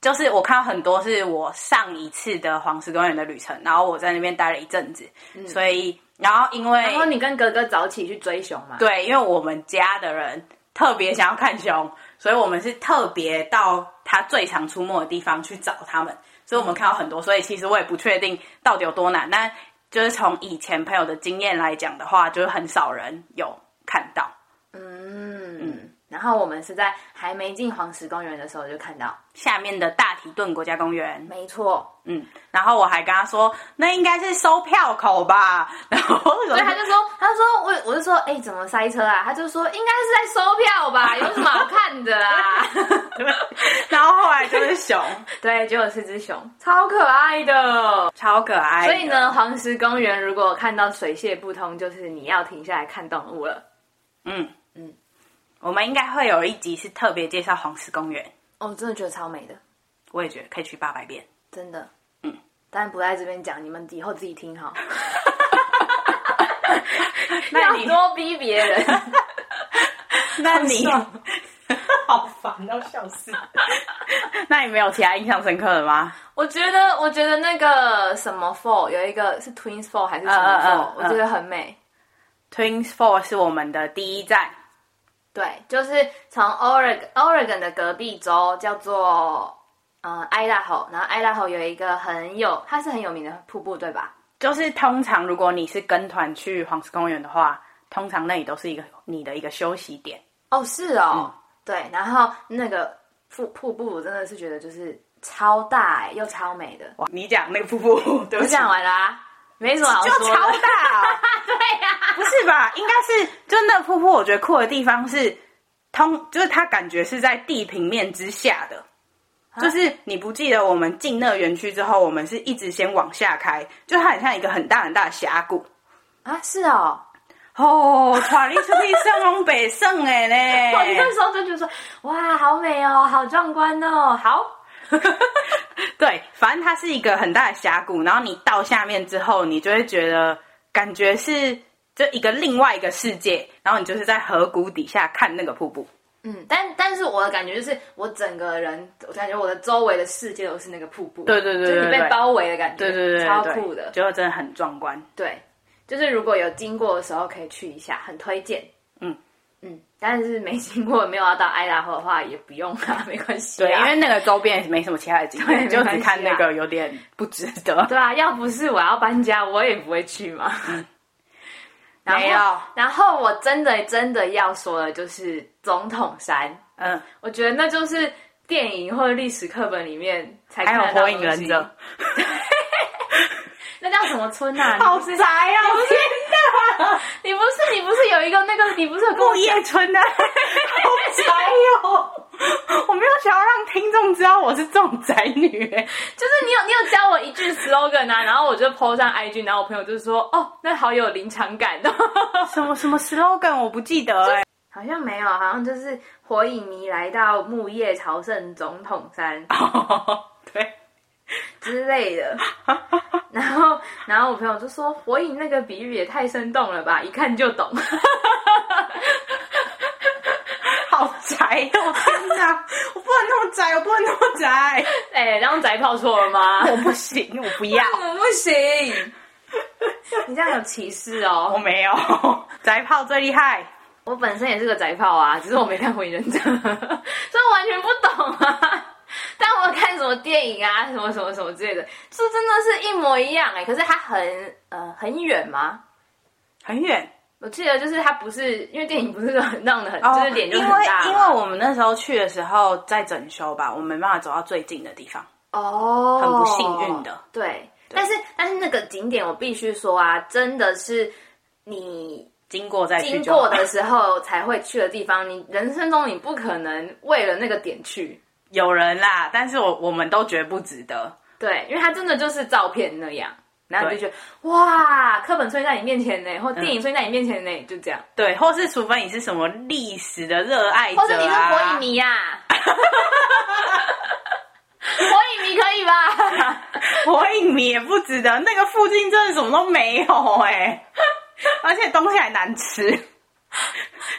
Speaker 2: 就是我看到很多是我上一次的黄石公园的旅程，然后我在那边待了一阵子，所以然后因为
Speaker 1: 嗯然后你跟哥哥早起去追熊嘛？
Speaker 2: 对，因为我们家的人特别想要看熊，所以我们是特别到它最常出没的地方去找它们。所以我们
Speaker 1: 嗯
Speaker 2: 看到很多，所以其实我也不确定到底有多难。但就是从以前朋友的经验来讲的话，就是很少人有看到。
Speaker 1: 嗯。然后我们是在还没进黄石公园的时候就看到，
Speaker 2: 下面的大提顿国家公园，
Speaker 1: 没错，
Speaker 2: 嗯，然后我还跟他说，那应该是收票口吧，然后所
Speaker 1: 所以他就说，他就说我我就说，哎、怎么塞车啊？他就说应该是在收票吧，有什么好看的啊？
Speaker 2: 然后后来就是熊，
Speaker 1: 对，结果是只熊，超可爱的。
Speaker 2: 超可爱。
Speaker 1: 所以，呢，黄石公园如果看到水泄不通，就是你要停下来看动物了。
Speaker 2: 嗯嗯，我们应该会有一集是特别介绍黄石公园。
Speaker 1: 哦，真的觉得超美的，
Speaker 2: 我也觉得可以去八百遍。
Speaker 1: 真的。嗯，但不在这边讲，你们以后自己听 好，
Speaker 2: 那
Speaker 1: 要
Speaker 2: 你
Speaker 1: 多逼别人。
Speaker 2: 那 你
Speaker 3: 好烦，要笑死。
Speaker 2: 那你没有其他印象深刻的吗？
Speaker 1: 我觉得，我觉得那个什么 Fall 有一个是 Twins Fall 还是什么
Speaker 2: 嗯嗯
Speaker 1: Fall，、
Speaker 2: 嗯嗯
Speaker 1: 我觉得很美。
Speaker 2: Twins Four 是我们的第一站，
Speaker 1: 对，就是从 Oregon Oregon 的隔壁州叫做嗯爱达荷，然后爱达荷有一个很有，它是很有名的瀑布，对吧？
Speaker 2: 就是通常如果你是跟团去黄石公园的话，通常那里都是一个你的一个休息点。
Speaker 1: 哦，是哦，对，然后那个瀑瀑布，我真的是觉得就是超大、欸、又超美的。
Speaker 2: 哇，你讲那个瀑布， 对
Speaker 1: 我
Speaker 2: 不起，
Speaker 1: 讲完啦、没什么好
Speaker 2: 就
Speaker 1: 说的。
Speaker 2: 超大、哦
Speaker 1: 对呀、
Speaker 2: 不是吧？应该是就那个瀑布，我觉得酷的地方是通，就是它感觉是在地平面之下的。
Speaker 1: 啊
Speaker 2: 就是你不记得我们进那个园区之后，我们是一直先往下开，就它很像一个很大很大的峡 谷。
Speaker 1: 啊，是哦，
Speaker 2: 哦，带你出去圣龙北圣哎
Speaker 1: 我那
Speaker 2: 嘞，
Speaker 1: 时候就觉得说，哇，好美哦，好壮观哦，好，
Speaker 2: 对，反正它是一个很大的峡谷，然后你到下面之后，你就会觉得感觉是就一个另外一个世界，然后你就是在河谷底下看那个瀑布。
Speaker 1: 嗯，但但是我的感觉就是，我整个人，我感觉我的周围的世界都是那个瀑布，
Speaker 2: 对对对
Speaker 1: 就
Speaker 2: 对
Speaker 1: 是你
Speaker 2: 对
Speaker 1: 被包围的感觉，
Speaker 2: 对对对，对
Speaker 1: 超
Speaker 2: 对
Speaker 1: 酷的，
Speaker 2: 就真的很壮观。
Speaker 1: 对，就是如果有经过的时候可以去一下，很推荐，
Speaker 2: 嗯
Speaker 1: 嗯，但是没经过没有要到爱达荷的话也不用啊，没关系、啊，
Speaker 2: 对，因为那个周边没什么其他的景
Speaker 1: 对
Speaker 2: 点，
Speaker 1: 没
Speaker 2: 就只
Speaker 1: 关系
Speaker 2: 看那
Speaker 1: 啊
Speaker 2: 个有点不值得。
Speaker 1: 对啊，要不是我要搬家，我也不会去嘛。然后
Speaker 2: 嗯没有
Speaker 1: 然后我真的真的要说的就是总统山，
Speaker 2: 嗯，
Speaker 1: 我觉得那就是电影或者历史课本里面才
Speaker 2: 还
Speaker 1: 看
Speaker 2: 有
Speaker 1: 得到
Speaker 2: 火
Speaker 1: 的
Speaker 2: 影
Speaker 1: 东
Speaker 2: 忍
Speaker 1: 西
Speaker 2: 者，，
Speaker 1: 那叫什么村啊？
Speaker 2: 好宅啊！我天
Speaker 1: 你不是你不是有一个那个你不是有跟我
Speaker 2: 木叶村啊，好宅哦！ 我没有想要让听众知道我是这种宅女、欸，
Speaker 1: 就是你有你有教我一句 slogan 啊，然后我就 PO 上 IG，然后我朋友就说哦，那好有临场感哦。
Speaker 2: 什么什么 slogan 我不记得哎、
Speaker 1: 好像没有，好像就是火影迷来到木叶朝圣总统山
Speaker 2: 对，
Speaker 1: 之类 的。然后，然后我朋友就说：“火影那个比喻也太生动了吧，一看就 懂。
Speaker 2: 好宅哦！天哪，我不能那么宅，我不能那么宅，
Speaker 1: 哎，让宅泡错了吗？
Speaker 2: 我不行，我不要，
Speaker 1: 我 不行，你这样有歧视
Speaker 2: 我
Speaker 1: 哦。
Speaker 2: 没有，宅炮最厉害。
Speaker 1: 我本身也是个宅炮啊，只是我没看《火影忍者》， 所以我完全不懂啊。但我看什么电影啊，什么什么什么之类的，这真的是一模一样哎、可是它很呃很远吗？
Speaker 2: 很远
Speaker 1: 我记得就是它不是因为电影不是很弄得很，就是脸就
Speaker 2: 因
Speaker 1: 很
Speaker 2: 为
Speaker 1: 大嘛
Speaker 2: 哦因为我们那时候去的时候在整修吧，我没办法走到最近的地方。
Speaker 1: 哦，
Speaker 2: 很不幸运的。
Speaker 1: 对，但是但是那个景点我必须说啊，真的是你
Speaker 2: 经过再去
Speaker 1: 经
Speaker 2: 就好
Speaker 1: 过的时候才会去的地方，你人生中你不可能为了那个点去。
Speaker 2: 有人啦，但是我我们都觉得不值得。
Speaker 1: 对，因为它真的就是照片那样，然后你就觉得哇，课本出现在你面前呢，或电影出现在你面前呢，就这样。
Speaker 2: 对，或是除非你是什么历史的热爱者、啊，
Speaker 1: 或者你是火影迷 呀、火影迷可以吧？
Speaker 2: 火影迷也不值得，那个附近真的什么都没有哎、 而且东西还难吃。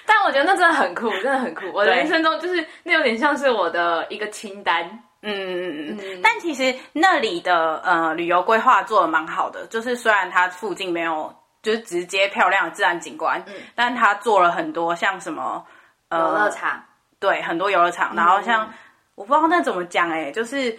Speaker 1: 但我觉得那真的很酷，真的很酷。我的
Speaker 2: 对
Speaker 1: 人生中就是那有点像是我的一个清单。
Speaker 2: 嗯嗯嗯嗯。但其实那里的呃旅游规划做的蛮好的，就是虽然它附近没有就是直接漂亮的自然景观，但它做了很多像什么呃
Speaker 1: 嗯游乐场，嗯
Speaker 2: 对，很多游乐场，然后像、我不知道那怎么讲哎、就是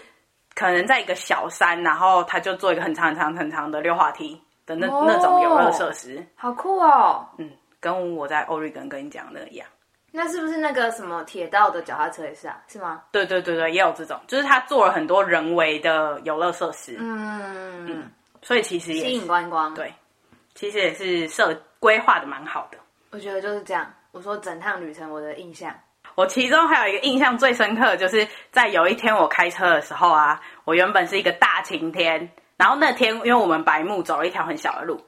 Speaker 2: 可能在一个小山，然后它就做一个很长很长很长的溜滑梯的那、
Speaker 1: 哦
Speaker 2: 那种游乐设施，
Speaker 1: 好酷哦！
Speaker 2: 嗯，跟我在 Oregon 跟你讲的一样。
Speaker 1: 那是不是那个什么铁道的脚踏车也是啊？是吗？
Speaker 2: 对对对对，也有这种，就是它做了很多人为的游乐设施，
Speaker 1: 嗯，
Speaker 2: 所以其实
Speaker 1: 吸
Speaker 2: 也
Speaker 1: 引
Speaker 2: 是
Speaker 1: 观光。
Speaker 2: 对其实也是设规划的蛮好的。
Speaker 1: 我觉得就是这样。我说整趟旅程我的印象，
Speaker 2: 我其中还有一个印象最深刻的，就是在有一天我开车的时候啊，我原本是一个大晴天，然后那天因为我们白木走了一条很小的路，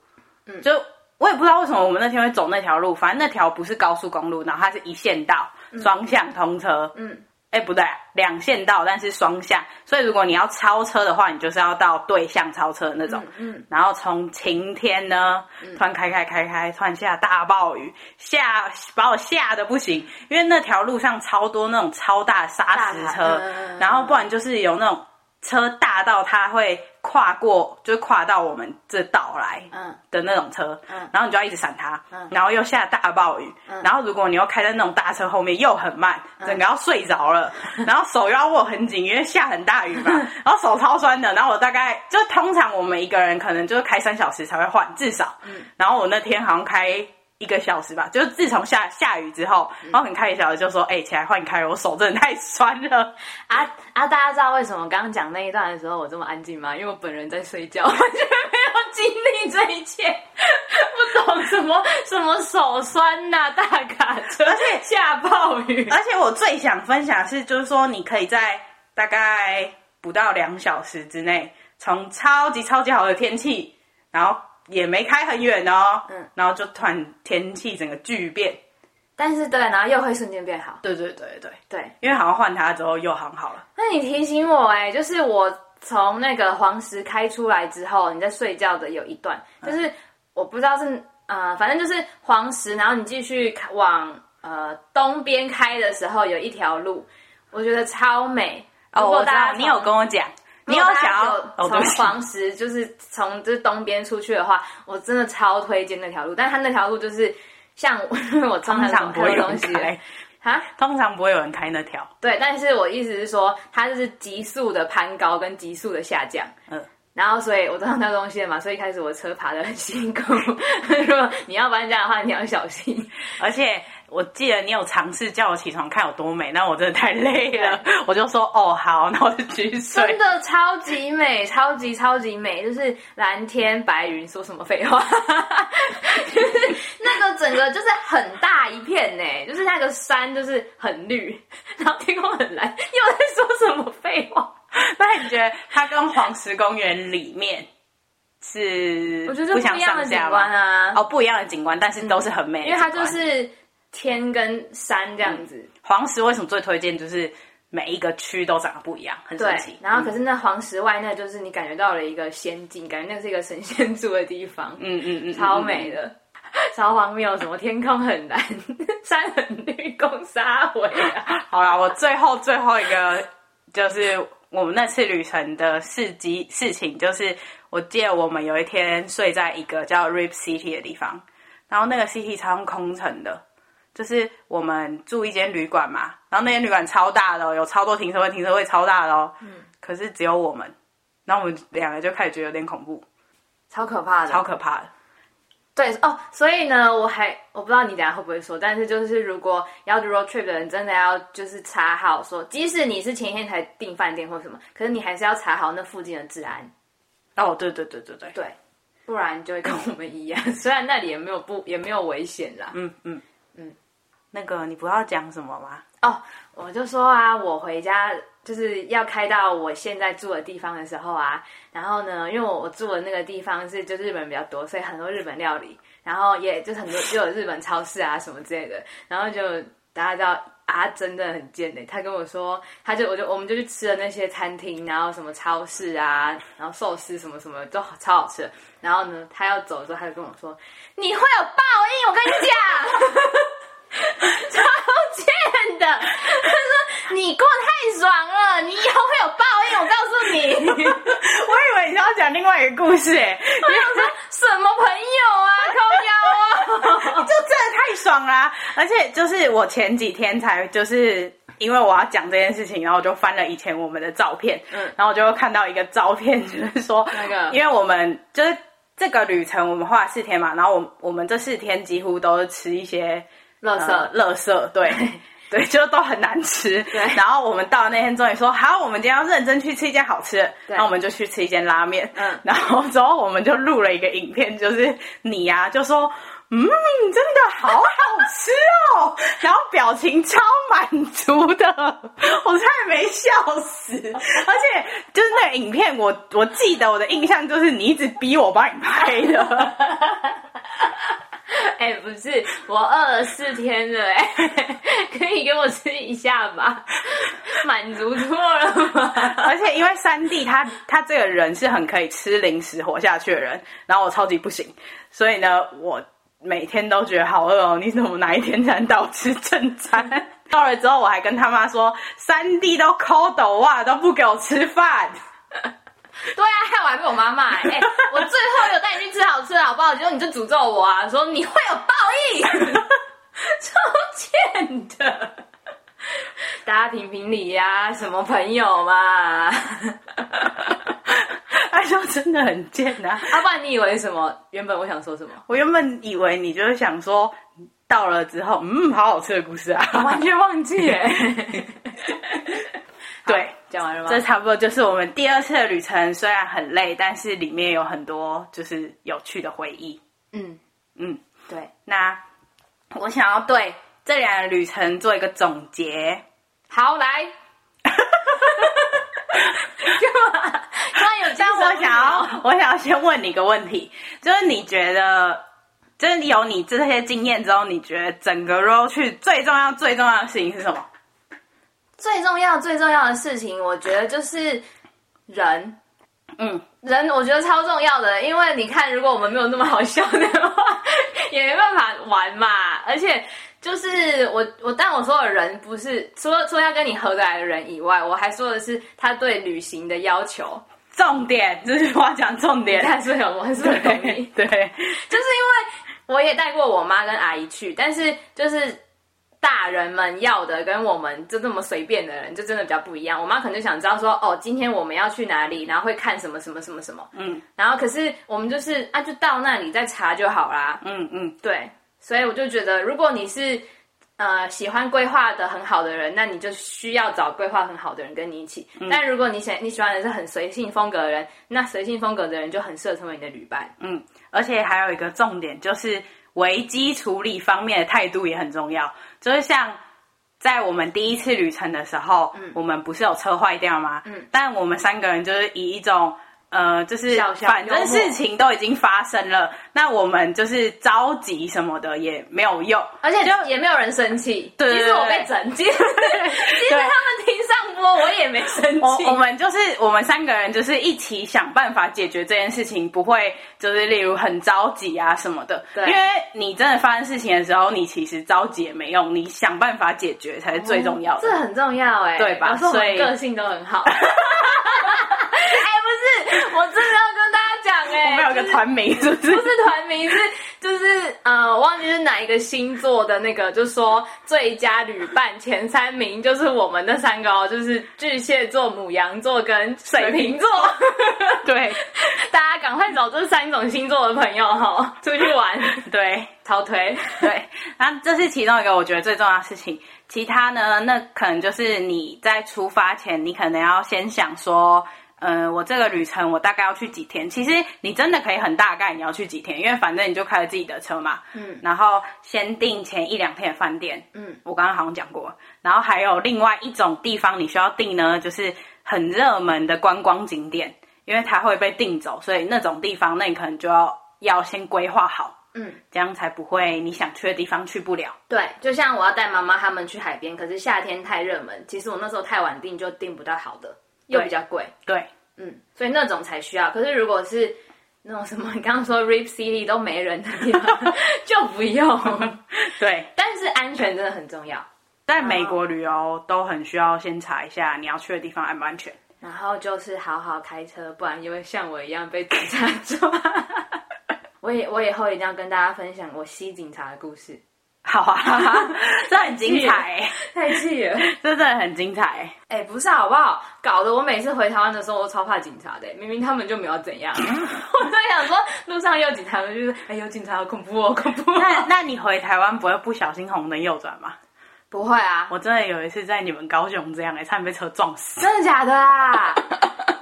Speaker 2: 嗯，就我也不知道为什么我们那天会走那条路，反正那条不是高速公路，然后它是一线道，双向通车，
Speaker 1: 嗯，
Speaker 2: 哎、不对，两线道，但是双向，所以如果你要超车的话，你就是要到对向超车的那种。
Speaker 1: 嗯嗯
Speaker 2: 然后从晴天呢，突然开开开开，突然下大暴雨，吓把我吓得不行，因为那条路上超多那种超大的砂石
Speaker 1: 大
Speaker 2: 车
Speaker 1: 卡嗯，
Speaker 2: 然后不然就是有那种车大到它会跨过，就是跨到我们这道来，
Speaker 1: 嗯
Speaker 2: 的那种车，
Speaker 1: 嗯
Speaker 2: 然后你就要一直闪它，然后又下大暴雨，然后如果你又开在那种大车后面又很慢，整个要睡着了，然后手又要握很紧，因为下很大雨嘛，然后手超酸的，然后我大概就通常我们一个人可能就是开三小时才会换，至少，然后我那天好像开。一个小时吧，就是自从下下雨之后，然后你开一小时就说：“哎、起来换开，我手真的太酸了。
Speaker 1: 啊啊！大家知道为什么刚刚讲那一段的时候我这么安静吗？因为我本人在睡觉， 完全没有经历这一切，不懂什么什么手酸呐、大卡车，
Speaker 2: 而且
Speaker 1: 下暴雨”，
Speaker 2: 而且我最想分享的是，就是说你可以在大概不到两小时之内，从超级超级好的天气，然后也没开很远哦，
Speaker 1: 嗯，
Speaker 2: 然后就突然天气整个巨变。
Speaker 1: 但是对，然后又会瞬间变好。
Speaker 2: 对对对对，
Speaker 1: 对，
Speaker 2: 因为好像换它之后又很好了。
Speaker 1: 那你提醒我哎、就是我从那个黄石开出来之后，你在睡觉的有一段，就是我不知道是呃，反正就是黄石，然后你继续开往呃东边开的时候，有一条路，我觉得超美。如果
Speaker 2: 哦我知
Speaker 1: 大
Speaker 2: 道
Speaker 1: 家
Speaker 2: 你有
Speaker 1: 从
Speaker 2: 跟我讲，你
Speaker 1: 如
Speaker 2: 有
Speaker 1: 果
Speaker 2: 想
Speaker 1: 大
Speaker 2: 要
Speaker 1: 家
Speaker 2: 哦，
Speaker 1: 有
Speaker 2: 对
Speaker 1: 从
Speaker 2: 不起，
Speaker 1: 黄石就是从就是东边出去的话，我真的超推荐那条路，但它那条路就是像我我 从来没
Speaker 2: 通
Speaker 1: 有
Speaker 2: 常
Speaker 1: 看
Speaker 2: 不会
Speaker 1: 过
Speaker 2: 有
Speaker 1: 东
Speaker 2: 人
Speaker 1: 西
Speaker 2: 开，
Speaker 1: 啊。
Speaker 2: 通常不会有人开那条。
Speaker 1: 对，但是我意思是说，它就是急速的攀高跟急速的下降。
Speaker 2: 嗯
Speaker 1: 然后，所以我都上那东西了嘛，所以一开始我的车爬得很辛苦。 如果你要搬家的话，你要小心。
Speaker 2: 而且我记得你有尝试叫我起床看有多美，那我真的太累了，我就说哦好，那我就继续睡。
Speaker 1: 真的超级美，超级超级美，就是蓝天白云，说什么废话？ 就是那个整个就是很大一片呢，就是那个山就是很绿，然后天空很蓝，又在说什么废话？
Speaker 2: 那你觉得它跟黄石公园里面是
Speaker 1: 我觉得
Speaker 2: 不
Speaker 1: 不
Speaker 2: 相
Speaker 1: 一样的
Speaker 2: 上
Speaker 1: 景
Speaker 2: 下
Speaker 1: 观
Speaker 2: 吗？
Speaker 1: 啊，嗯
Speaker 2: 哦，不一样的景观，但是都是很美的
Speaker 1: 因为它
Speaker 2: 景
Speaker 1: 就
Speaker 2: 观
Speaker 1: 是天跟山这样子。
Speaker 2: 黄石，为什么最推荐？就是每一个区都长得不一样，很神
Speaker 1: 对
Speaker 2: 奇，。
Speaker 1: 然后可是那黄石外那就是你感觉到了一个仙境，感觉那是一个神仙住的地方。
Speaker 2: 嗯嗯嗯，嗯
Speaker 1: 超美。的，超荒谬，什么天空很蓝， 山很绿，公沙回啊！
Speaker 2: 好啦，我最后最后一个就是我们那次旅程的事迹事情，就是我记得我们有一天睡在一个叫 Rip City 的地方，然后那个 city 超像空城的，就是我们住一间旅馆嘛，然后那间旅馆超大的、哦，有超多停车位，停车位超大的哦，可是只有我们，然后我们两个就开始觉得有点恐怖，
Speaker 1: 超可怕的，
Speaker 2: 超可怕的。
Speaker 1: 对哦，所以呢，我还我不知道你等一下会不会说，但是就是如果要 road trip 的人，真的要就是查好说，即使你是前一天才订饭店或什么，可是你还是要查好那附近的治安。
Speaker 2: 哦，对对对对对，
Speaker 1: 对，不然就会跟我们一样。 虽然那里也没有不也没有危险啦。
Speaker 2: 嗯嗯嗯
Speaker 1: 嗯，
Speaker 2: 那个你不要讲什么吗？
Speaker 1: 哦，我就说啊，我回家就是要开到我现在住的地方的时候啊，然后呢，因为我我住的那个地方是就是日本人比较多，所以很多日本料理，然后也就是很多就有日本超市啊什么之类的，然后就大家知道。啊，真的很贱呢、他跟我说，他就我就我们就去吃了那些餐厅，然后什么超市啊，然后寿司什么什么都好超好吃的。然后呢，他要走的时候，他就跟我说：“你会有报应，我跟你讲。”超贱的。他说你过太爽了，你以后会有报应，我告诉你。
Speaker 2: 我以为你要讲另外一个故事、欸，哎，
Speaker 1: 我想说什么朋友啊，靠腰啊。
Speaker 2: 就真的太爽啦、而且就是我前几天才就是。因为我要讲这件事情，然后我就翻了以前我们的照片，嗯
Speaker 1: 嗯，
Speaker 2: 然后我就会看到一个照片，就是说
Speaker 1: 那个
Speaker 2: 因为我们就是这个旅程，我们花了四天嘛，然后我我们这四天几乎都是吃一些
Speaker 1: 乐
Speaker 2: 呃
Speaker 1: 色，
Speaker 2: 垃圾， 对。对，就都很难吃。
Speaker 1: 对
Speaker 2: 然后我们到那天终于说好，我们今天要认真去吃一间好吃的。
Speaker 1: 对
Speaker 2: 然后我们就去吃一间拉面。
Speaker 1: 嗯
Speaker 2: 然后之后我们就录了一个影片，就是你呀、就说嗯，真的好好吃 哦，然后表情超满足的， 我差点没笑死。而且就是那个影片我，我记得我的印象就是你一直逼我帮你拍的。
Speaker 1: 哎、不是，我饿了四天了、 哎，可以给我吃一下吧？ 满足错了吗？
Speaker 2: 而且因为三弟他他这个人是很可以吃零食活下去的人，然后我超级不行，所以呢，我每天都觉得好饿哦，你怎么哪一天才能带我吃正餐？到了之后，我还跟他妈说，三弟都抠抖袜都不给我吃饭。
Speaker 1: 对啊，害我还被我妈骂、哎、我最后有带你去吃好吃的好不好？结果你就诅咒我啊，说你会有 报应，超贱的。大家评评理呀、什么朋友 嘛？啊
Speaker 2: 哎呦，真的很贱呐、
Speaker 1: 阿爸，不然你以为什么？原本我想说什么？
Speaker 2: 我原本以为你就是想说，到了之后，嗯，好好吃的故事啊。
Speaker 1: 哦完全忘记 耶。
Speaker 2: 对，
Speaker 1: 讲完了吗？
Speaker 2: 这差不多就是我们第二次的旅程，虽然很累，但是里面有很多就是有趣的回忆。
Speaker 1: 嗯，
Speaker 2: 嗯，
Speaker 1: 对，
Speaker 2: 那我想要对这两个旅程做一个总结。
Speaker 1: 好 来。 干嘛？突然有精神
Speaker 2: 但
Speaker 1: 哦
Speaker 2: 我
Speaker 1: 不
Speaker 2: 想
Speaker 1: 良
Speaker 2: 要，我想要先问你一个问题，就是你觉得，就是有你这些经验之后，你觉得整个 road 去最重要、最重要的事情是什么？
Speaker 1: 最重要最重要的事情，我觉得就是人。
Speaker 2: 嗯，
Speaker 1: 人我觉得超重要的，因为你看，如果我们没有那么好笑的话， 也没办法玩嘛。而且就是我我，但我说的人不是除了除了要跟你合得来的人以外，我还说的是他对旅行的要求。
Speaker 2: 重点，这句话讲重
Speaker 1: 你
Speaker 2: 点。
Speaker 1: 看是不是有，我是不是
Speaker 2: 对
Speaker 1: 有同意？
Speaker 2: 对，
Speaker 1: 就是因为我也带过我妈跟阿姨去，但是就是大人们要的跟我们就这么随便的人，就真的比较不一样。我妈可能就想知道说，哦，今天我们要去哪里，然后会看什么什么什么什么，
Speaker 2: 嗯
Speaker 1: 然后可是我们就是啊，就到那里再查就好啦。
Speaker 2: 嗯嗯，
Speaker 1: 对，所以我就觉得，如果你是呃喜欢规划的很好的人，那你就需要找规划很好的人跟你一起。但如果你想你喜欢的是很随性风格的人，那随性风格的人就很适合成为你的旅伴。
Speaker 2: 而且还有一个重点就是危机处理方面的态度也很重要，就是像。在我们第一次旅程的时候，我们不是有车坏掉吗？
Speaker 1: 嗯
Speaker 2: 但我们三个人就是以一种呃，就是
Speaker 1: 笑笑
Speaker 2: 反正
Speaker 1: 幽默
Speaker 2: 事情都已经发生了，那我们就是着急什么的也没有用。
Speaker 1: 而且也没有人生气。
Speaker 2: 对对
Speaker 1: 其实我被整， 其实其实他们听上播我也没生
Speaker 2: 我
Speaker 1: 气。
Speaker 2: 哦我们就是我们三个人就是一起想办法解决这件事情，不会就是例如很着急啊什么的。
Speaker 1: 对
Speaker 2: 因为你真的发生事情的时候，你其实着急也没用，你想办法解决才是最重要的。
Speaker 1: 这很重要哎、
Speaker 2: 对吧
Speaker 1: 老师我
Speaker 2: 所
Speaker 1: 们
Speaker 2: 以
Speaker 1: 个性都很好。 哎、不是，我真的要跟大家讲哎、
Speaker 2: 我们有个团名是不是？
Speaker 1: 不是团名，是就是呃，我忘记是哪一个星座的那个，就说最佳旅伴前三名就是我们那三个哦，就是巨蟹座、母羊座跟水瓶座。
Speaker 2: 对
Speaker 1: 大家赶快找这三种星座的朋友哈、出去玩，
Speaker 2: 对
Speaker 1: 超推。
Speaker 2: 对，那这是其中一个我觉得最重要的事情。其他呢，那可能就是你在出发前，你可能要先想说，呃，我这个旅程我大概要去几天？其实你真的可以很大概你要去几天，因为反正你就开了自己的车嘛，嗯，然后先订前一两天的饭店，
Speaker 1: 嗯，
Speaker 2: 我刚刚好像讲过，然后还有另外一种地方你需要订呢，就是很热门的观光景点，因为它会被订走，所以那种地方那你可能就要要先规划好，
Speaker 1: 嗯，
Speaker 2: 这样才不会你想去的地方去不了。
Speaker 1: 对，就像我要带妈妈他们去海边，可是夏天太热门，其实我那时候太晚订就订不到好的，又比较贵，
Speaker 2: 对，
Speaker 1: 嗯，所以那种才需要。可是如果是那种什么你刚刚说 Rip City 都没人的地方， 就不用。
Speaker 2: 对，
Speaker 1: 但是安全真的很重要，
Speaker 2: 在美国旅游都很需要先查一下你要去的地方安不安全。
Speaker 1: 然后就是好好开车，不然就会像我一样被警察抓。 我以我以后一定要跟大家分享我吸警察的故事，
Speaker 2: 好啊， 这很精彩、
Speaker 1: 太气了。
Speaker 2: 这真的很精彩、
Speaker 1: 哎、不是好不好？搞得我每次回台湾的时候，我超怕警察的、欸明明他们就没有怎样， 我都想说路上有警察，我就是哎、有警察，好恐怖哦，恐怖、
Speaker 2: 那
Speaker 1: 哦。
Speaker 2: 那你回台湾不会不小心红灯右转吗？
Speaker 1: 不会啊，
Speaker 2: 我真的有一次在你们高雄这样、哎，差点被车撞 死。
Speaker 1: 真的假的啊？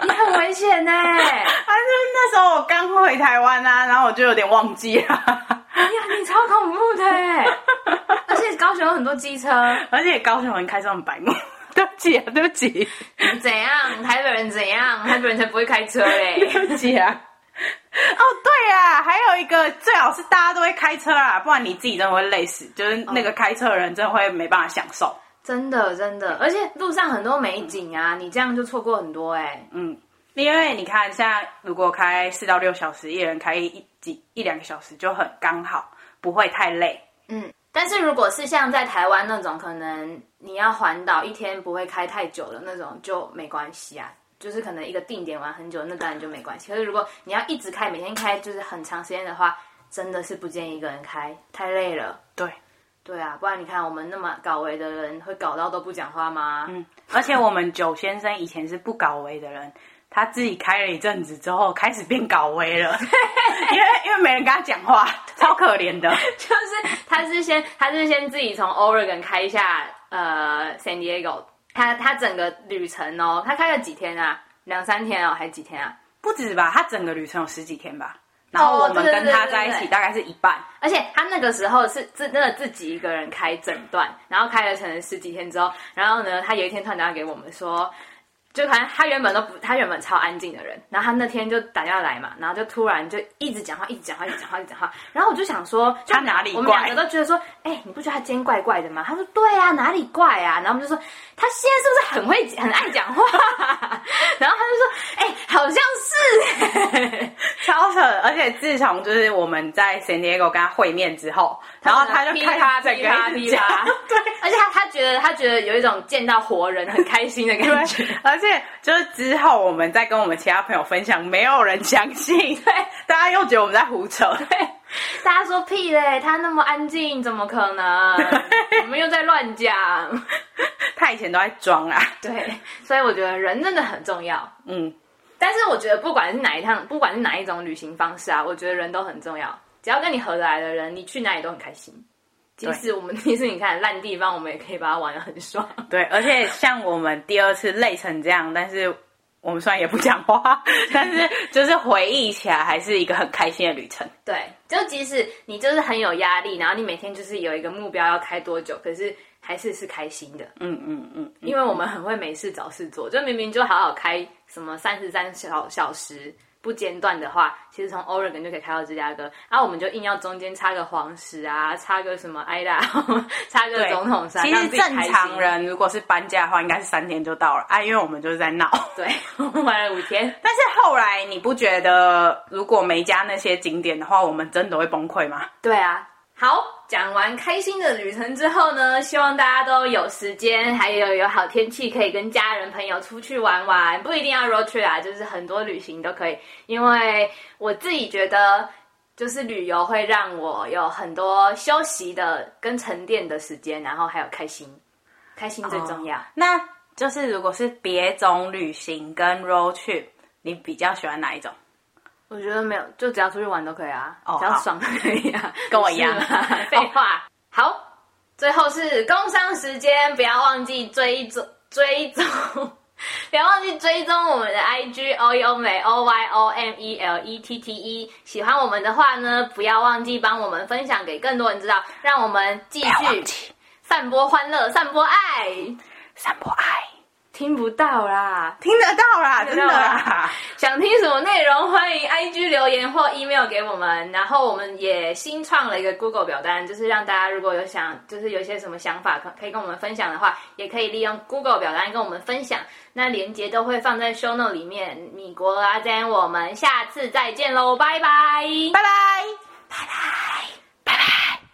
Speaker 1: 你很危险欸哎呢、
Speaker 2: 反正那时候我刚回台湾啊，然后我就有点忘记了，
Speaker 1: 哎呀，你超恐怖的、欸，而且高雄有很多机车，
Speaker 2: 而且高雄人开车很白目。 对不起啊，对不 起，
Speaker 1: 怎样？台北人怎样？台北人才不会开车嘞。
Speaker 2: 对不起啊。哦，对啊，还有一个最好是大家都会开车啊，不然你自己真的会累死，就是那个开车的人真的会没办法享受。
Speaker 1: 真的真的，而且路上很多美景啊，你这样就错过很多哎、
Speaker 2: 嗯，因为你看，像如果开四到六小时，一人开一几一两个小时就很刚好，不会太累。
Speaker 1: 嗯，但是如果是像在台湾那种，可能你要环岛一天不会开太久的那种，就没关系啊。就是可能一个定点玩很久，那当然就没关系。可是如果你要一直开，每天开就是很长时间的话，真的是不建议一个人开，太累了。
Speaker 2: 对，
Speaker 1: 对啊，不然你看我们那么搞维的人，会搞到都不讲话吗？
Speaker 2: 嗯，而且我们九先生以前是不搞威的人，他自己开了一阵子之后，开始变搞威了，因为因为没人跟他讲话，超可怜的。
Speaker 1: 就是他是先他是先自己从 Oregon 开一下呃 San Diego，他他整个旅程哦，他开了几天啊？两三天哦，还是几天啊？
Speaker 2: 不止吧，他整个旅程有十几天吧，然后我们
Speaker 1: 哦对对
Speaker 2: 跟他
Speaker 1: 对对
Speaker 2: 在一
Speaker 1: 对
Speaker 2: 起大概是一半。
Speaker 1: 而且他那个时候是自真的自己一个人开整段，然后开了可能十几天之后，然后呢，他有一天突然打电话给我们说，就反正他原本都不，他原本超安静的人，然后他那天就打电话来嘛，然后就突然就一直讲话，一直讲话，一直讲话，一直讲话，然后我就想说，就
Speaker 2: 他哪里
Speaker 1: 我们两
Speaker 2: 怪
Speaker 1: 个都觉得说，哎、你不觉得他今天怪怪的吗？他说对啊，哪里怪啊？然后我们就说他现在哎是不是很会很爱讲话？然后他就说，哎、好像是、
Speaker 2: 超扯！而且自从就是我们在 San Diego 跟他会面之后，然后他就
Speaker 1: 噼
Speaker 2: 开
Speaker 1: 啪
Speaker 2: 始整
Speaker 1: 噼
Speaker 2: 个
Speaker 1: 啪
Speaker 2: 一
Speaker 1: 噼
Speaker 2: 直讲
Speaker 1: 啪，
Speaker 2: 对，
Speaker 1: 而且他他觉得他觉得有一种见到活人很开心的感觉。
Speaker 2: 对，而且就是之后我们再跟我们其他朋友分享，没有人相信，对，大家又觉得我们在胡扯，
Speaker 1: 大家说屁嘞，他那么安静，怎么可能？我们又在乱讲。
Speaker 2: 他以前都在装啊，
Speaker 1: 对，所以我觉得人真的很重要。
Speaker 2: 嗯，
Speaker 1: 但是我觉得不管是哪一趟，不管是哪一种旅行方式啊，我觉得人都很重要。只要跟你合得来的人，你去哪里都很开心。即使我们 即使你看烂地方，我们也可以把它玩得很爽。
Speaker 2: 对，而且像我们第二次累成这样，但是我们虽然也不讲话， 但是就是回忆起来还是一个很开心的旅程。
Speaker 1: 对，就即使你就是很有压力，然后你每天就是有一个目标要开多久，可是还是是开心的。
Speaker 2: 嗯嗯嗯，
Speaker 1: 因为我们很会没事找事做，就明明就好好开什么三十三小小时不间断的话，其实从 Oregon 就可以开到芝加哥，然、后我们就硬要中间插个黄石啊，插个什么埃达， 插个
Speaker 2: 对
Speaker 1: 总统山，
Speaker 2: 其
Speaker 1: 让
Speaker 2: 实
Speaker 1: 自己
Speaker 2: 正
Speaker 1: 开心
Speaker 2: 常人如果是搬家的话，应该是三天就到了啊，因为我们就是在闹。
Speaker 1: 对， 我们玩了五天，
Speaker 2: 但是后来你不觉得，如果没加那些景点的话，我们真的会崩溃吗？
Speaker 1: 对啊。好，讲完开心的旅程之后呢，希望大家都有时间，还有有好天气，可以跟家人朋友出去玩玩，不一定要 road trip 啊，就是很多旅行都可以。因为我自己觉得，就是旅游会让我有很多休息的跟沉淀的时间，然后还有开心，开心
Speaker 2: 哦
Speaker 1: 最重要。
Speaker 2: 那就是如果是别种旅行跟 road trip，你比较喜欢哪一种？
Speaker 1: 我觉得没有，就只要出去玩都可以啊，
Speaker 2: 哦
Speaker 1: 只要爽都可以啊，
Speaker 2: 跟我一样
Speaker 1: 不 是吗废话，好，最后是工商时间，不要忘记追踪追踪 不要忘记追踪我们的 IG O U 美 O Y O M E L E T T E。喜欢我们的话呢，不要忘记帮我们分享给更多人知道，让我们继
Speaker 2: 不要
Speaker 1: 续
Speaker 2: 忘记
Speaker 1: 散播欢乐，散播爱。
Speaker 2: 散播爱，
Speaker 1: 听不到啦，
Speaker 2: 听得到啦，真
Speaker 1: 得
Speaker 2: 的
Speaker 1: 到啦
Speaker 2: 啦。
Speaker 1: 想听什么内容，欢迎 IG 留言或 email 给我们。然后我们也新创了一个 Google 表单，就是让大家如果有想，就是有一些什么想法可可以跟我们分享的话，也可以利用 Google 表单跟我们分享。那连接都会放在 show note 里面。米国阿珍，我们下次再见喽，拜拜，
Speaker 2: 拜拜。